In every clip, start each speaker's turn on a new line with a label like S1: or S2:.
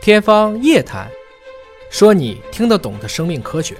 S1: 天方夜谭，说你听得懂的生命科学。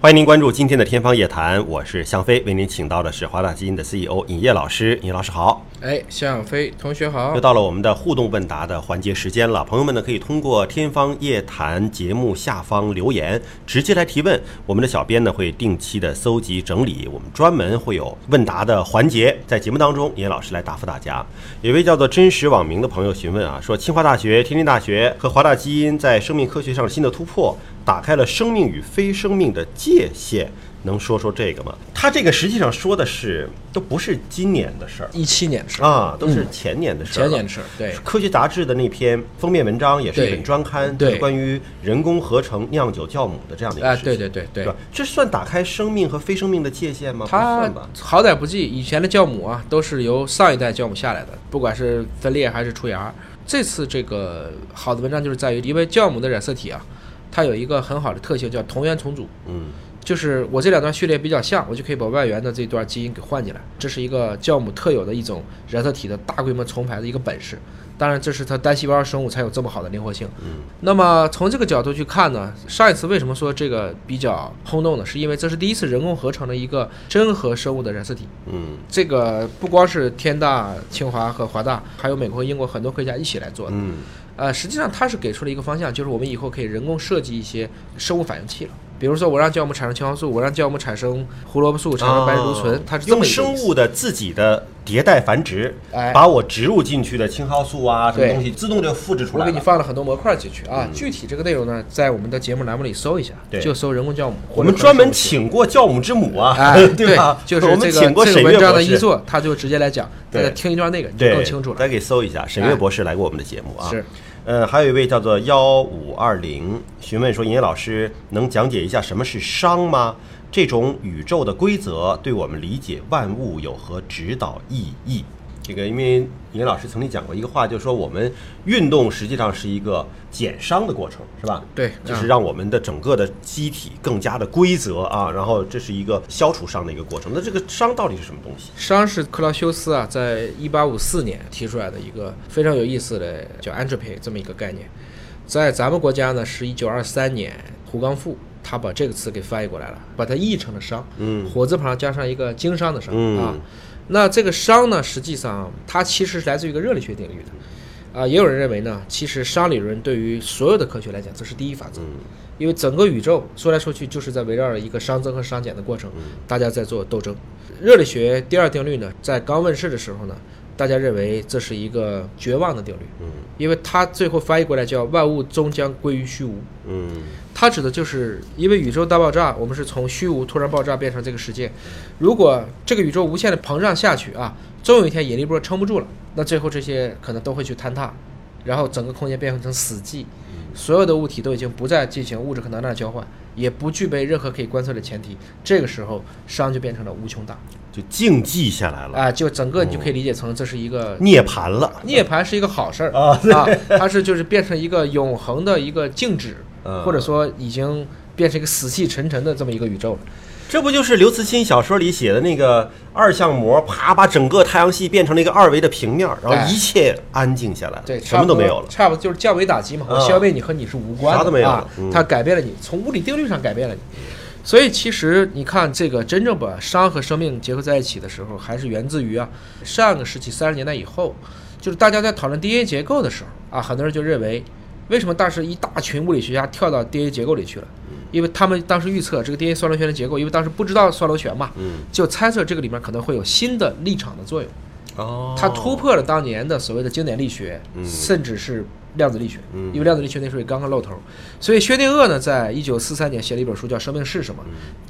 S2: 欢迎您关注今天的《天方夜谭》，我是向飞，为您请到的是华大基因的 CEO 尹烨老师。尹老师好，
S3: 哎，向飞同学好
S2: 又，到了我们的互动问答的环节时间了。朋友们呢，可以通过《天方夜谭》节目下方留言，直接来提问。我们的小编呢会定期的搜集整理，我们专门会有问答的环节，在节目当中，尹老师来答复大家。有一位叫做真实网民的朋友询问啊，说清华大学、天津大学和华大基因在生命科学上的新的突破，打开了生命与非生命的界限。能说说这个吗？他这个实际上说的是，都不是今年的事儿，
S1: 一七年的时候，
S2: 啊，都是前年的事儿了、
S1: 嗯前年的事儿对
S2: 科学杂志的那篇封面文章也是一本
S3: 对
S2: 专刊，
S1: 对
S2: 就是关于人工合成酿酒酵母的这样的一个
S3: 啊
S2: 事情。
S3: 对对对对
S2: 对吧，这算打开生命和非生命的界限吗？不
S3: 他
S2: 算吧。
S3: 好歹不济，以前的酵母啊，都是由上一代酵母下来的，不管是分裂还是出芽。这次这个好的文章就是在于，因为酵母的染色体啊，它有一个很好的特性叫同源重组，
S2: 嗯，
S3: 就是我这两段序列比较像，我就可以把外源的这段基因给换进来。这是一个酵母特有的一种染色体的大规模重排的一个本事。当然，这是它单细胞生物才有这么好的灵活性。
S2: 嗯、
S3: 那么从这个角度去看呢，上一次为什么说这个比较轰动呢？是因为这是第一次人工合成了一个真核生物的染色体。
S2: 嗯
S3: 这个不光是天大、清华和华大，还有美国和英国很多科学家一起来做的。
S2: 嗯
S3: 呃，实际上它是给出了一个方向，就是我们以后可以人工设计一些生物反应器了。比如说，我让酵母产生青蒿素，我让酵母产生胡萝卜素，产生白藜芦醇，
S2: 啊
S3: 它是这么
S2: 用
S3: 一个
S2: 生
S3: 意思
S2: 物的自己的迭代繁殖，
S3: 哎
S2: 把我植入进去的青蒿素啊什么
S3: 对
S2: 东西自动就复制出
S3: 我
S2: 来
S3: 给你
S2: 了。
S3: 放了很多模块进去啊。具体这个内容呢，在我们的节目栏目里搜一下
S2: 对，
S3: 就搜人工酵母。
S2: 我们专门。请过酵母之母啊，
S3: 哎，
S2: 对吧？
S3: 就是
S2: 我们
S3: 这
S2: 请
S3: 个
S2: 过
S3: 这
S2: 沈
S3: 个
S2: 月
S3: 文章
S2: 博
S3: 的一
S2: 士，
S3: 作，他就直接来讲，大家
S2: 对
S3: 听一段那个你就
S2: 对，
S3: 更清楚
S2: 大
S3: 了。
S2: 家可以搜一下，沈月
S3: 哎
S2: 博士来过我们的节目啊。
S3: 是，
S2: 呃，还有一位叫做幺五二零询问说：“尹烨老师能讲解一下什么是熵吗？这种宇宙的规则对我们理解万物有何指导意义？”这个，因为尹烨老师曾经讲过一个话，就是说我们运动实际上是一个减熵的过程，是吧？
S3: 对嗯
S2: 就是让我们的整个的机体更加的规则啊，然后这是一个消除熵的一个过程。那这个熵到底是什么东西？
S3: 商是克劳修斯啊，在一八五四年提出来的一个非常有意思的叫 entropy 这么一个概念，在咱们国家呢是一九二三年胡刚富他把这个词给翻译过来了，把它译成了商，
S2: 嗯
S3: 火字旁加上一个经商的商、
S2: 嗯
S3: 啊。那这个商呢，实际上它其实是来自于一个热力学定律的，啊、也有人认为呢，其实商理论对于所有的科学来讲，这是第一法则。
S2: 嗯
S3: 因为整个宇宙说来说去就是在围绕着一个熵增和熵减的过程，大家在做斗争。热力学第二定律呢，在刚问世的时候呢，大家认为这是一个绝望的定律，
S2: 嗯
S3: 因为它最后翻译过来叫万物终将归于虚无。
S2: 嗯
S3: 它指的就是因为宇宙大爆炸，我们是从虚无突然爆炸变成这个世界。如果这个宇宙无限的膨胀下去啊，终有一天引力波撑不住了，那最后这些可能都会去坍塌，然后整个空间变成死寂，所有的物体都已经不再进行物质和能量的交换，也不具备任何可以观测的前提。这个时候，熵就变成了无穷大
S2: 就静寂下来了，
S3: 啊，就整个你就可以理解成这是一个
S2: 涅槃了。
S3: 涅槃是一个好事儿
S2: 啊
S3: 它是就是变成一个永恒的一个静止，
S2: 嗯
S3: 或者说已经变成一个死气沉沉的这么一个宇宙了。
S2: 这不就是刘慈欣小说里写的那个二向膜，啪把整个太阳系变成了一个二维的平面，然后
S3: 哎
S2: 一切安静下来了，
S3: 对，
S2: 什么都没有了。
S3: 差不多就是降维打击嘛，我
S2: 嗯
S3: 消灭你和你是无关的，
S2: 啥都没有了
S3: 啊
S2: 嗯
S3: 它改变了你，从物理定律上改变了你。所以其实你看，这个真正把伤和生命结合在一起的时候，还是源自于啊上个世纪三十年代以后，就是大家在讨论 DNA 结构的时候啊，很多人就认为，为什么当时一大群物理学家跳到 DNA 结构里去了？因为他们当时预测这个 DNA 双螺旋的结构，因为当时不知道双螺旋嘛，
S2: 嗯，
S3: 就猜测这个里面可能会有新的立场的作用。
S2: 哦
S3: 它突，破了当年的所谓的经典力学，
S2: 嗯
S3: 甚至是量子力学，
S2: 嗯
S3: 因为量子力学那时候也刚刚露头。所以薛定谔呢，在一九四三年写了一本书叫《生命是
S2: 嗯
S3: 什么》，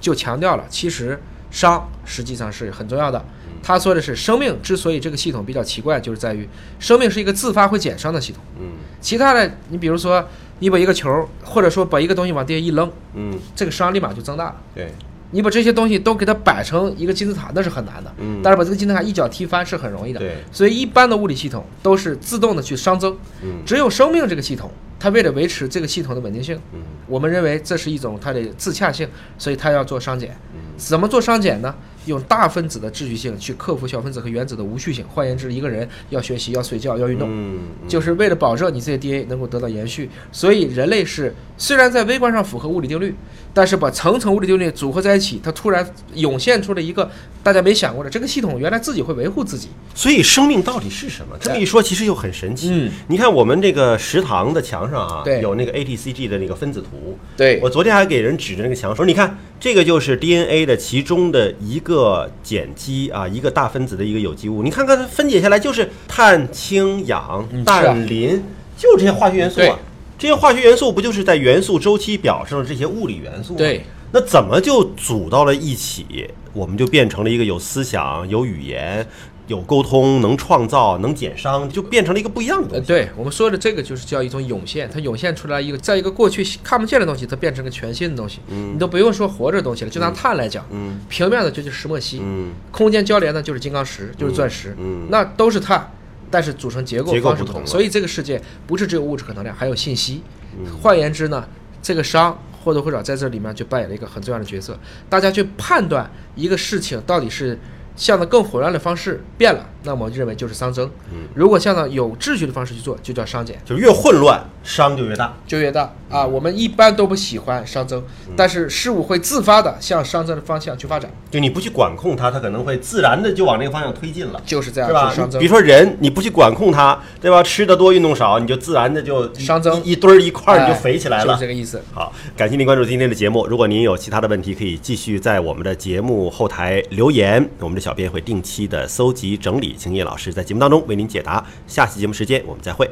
S3: 就强调了其实熵实际上是很重要的。
S2: 嗯
S3: 他说的是，生命之所以这个系统比较奇怪，就是在于生命是一个自发会减熵的系统。
S2: 嗯
S3: 其他的，你比如说你把一个球儿，或者说把一个东西往地下一扔，
S2: 嗯，
S3: 这个熵立马就增大了。
S2: 对，
S3: 你把这些东西都给它摆成一个金字塔，那是很难的。
S2: 嗯
S3: 但是把这个金字塔一脚踢翻是很容易的。
S2: 对
S3: 所以一般的物理系统都是自动的去熵增，
S2: 嗯
S3: 只有生命这个系统，它为了维持这个系统的稳定性，
S2: 嗯嗯
S3: 我们认为这是一种它的自洽性，所以它要做熵减。怎么做熵减呢？用大分子的秩序性去克服小分子和原子的无序性。换言之，一个人要学习，要睡觉，要运动，
S2: 嗯，嗯
S3: 就是为了保证你自己的 DNA 能够得到延续。所以人类是虽然在微观上符合物理定律，但是把层层物理定律组合在一起，它突然涌现出了一个大家没想过的这个系统，原来自己会维护自己。
S2: 所以生命到底是什么？这么一说，其实又很神奇。
S3: 嗯，
S2: 你看我们这个食堂的墙上啊，
S3: 对
S2: 有那个 ATCG 的那个分子图。
S3: 对
S2: 我昨天还给人指着那个墙说：“你看，这个就是 DNA 的其中的一个碱基啊，一个大分子的一个有机物。你看看它分解下来就是碳、氢、氧、
S3: 嗯是啊
S2: 氮、磷，就这些化学元素
S3: 对
S2: 啊。这些化学元素不就是在元素周期表上的这些物理元素吗？
S3: 对，
S2: 那怎么就组到了一起？我们就变成了一个有思想、有语言、有沟通、能创造、能减伤，就变成了一个不一样的
S3: 呃，
S2: 东西。
S3: 对我们说的这个就是叫一种涌现，它涌现出来一个，在一个过去看不见的东西，它变成个全新的东西。你都不用说活着的东西了，就拿碳来讲，
S2: 嗯
S3: 平面的就叫石墨烯，
S2: 嗯，
S3: 空间交联呢就是金刚石，就是钻石，
S2: 嗯
S3: 那都是碳，但是组成结构
S2: 结构
S3: 方式
S2: 不同了嗯
S3: 所以这个世界不是只有物质可能量，还有信息。换言之呢，这个商或多或少在这里面就扮演了一个很重要的角色。大家去判断一个事情到底是向着更混乱的方式变了，那么我认为就是熵增；
S2: 嗯
S3: 如果向着有秩序的方式去做，就叫熵减。
S2: 就越混乱，伤就越大。
S3: 就越大
S2: 嗯
S3: 啊，我们一般都不喜欢熵增，但是事物会自发的向熵增的方向去发展，
S2: 就你不去管控它，它可能会自然的就往那个方向推进了，
S3: 就是这样，
S2: 是吧
S3: 啊就是熵？增
S2: 比如。说人，你不去管控它，对吧？吃的多，运动少，你就自然的就一
S3: 熵增
S2: 一一堆儿一块儿，你就
S3: 哎
S2: 肥起来
S3: 就
S2: 了
S3: 是。这个意思。
S2: 好，感谢您关注今天的节目。如果您有其他的问题，可以继续在我们的节目后台留言，我们的小编会定期的搜集整理，请叶老师在节目当中为您解答。下期节目时间我们再会。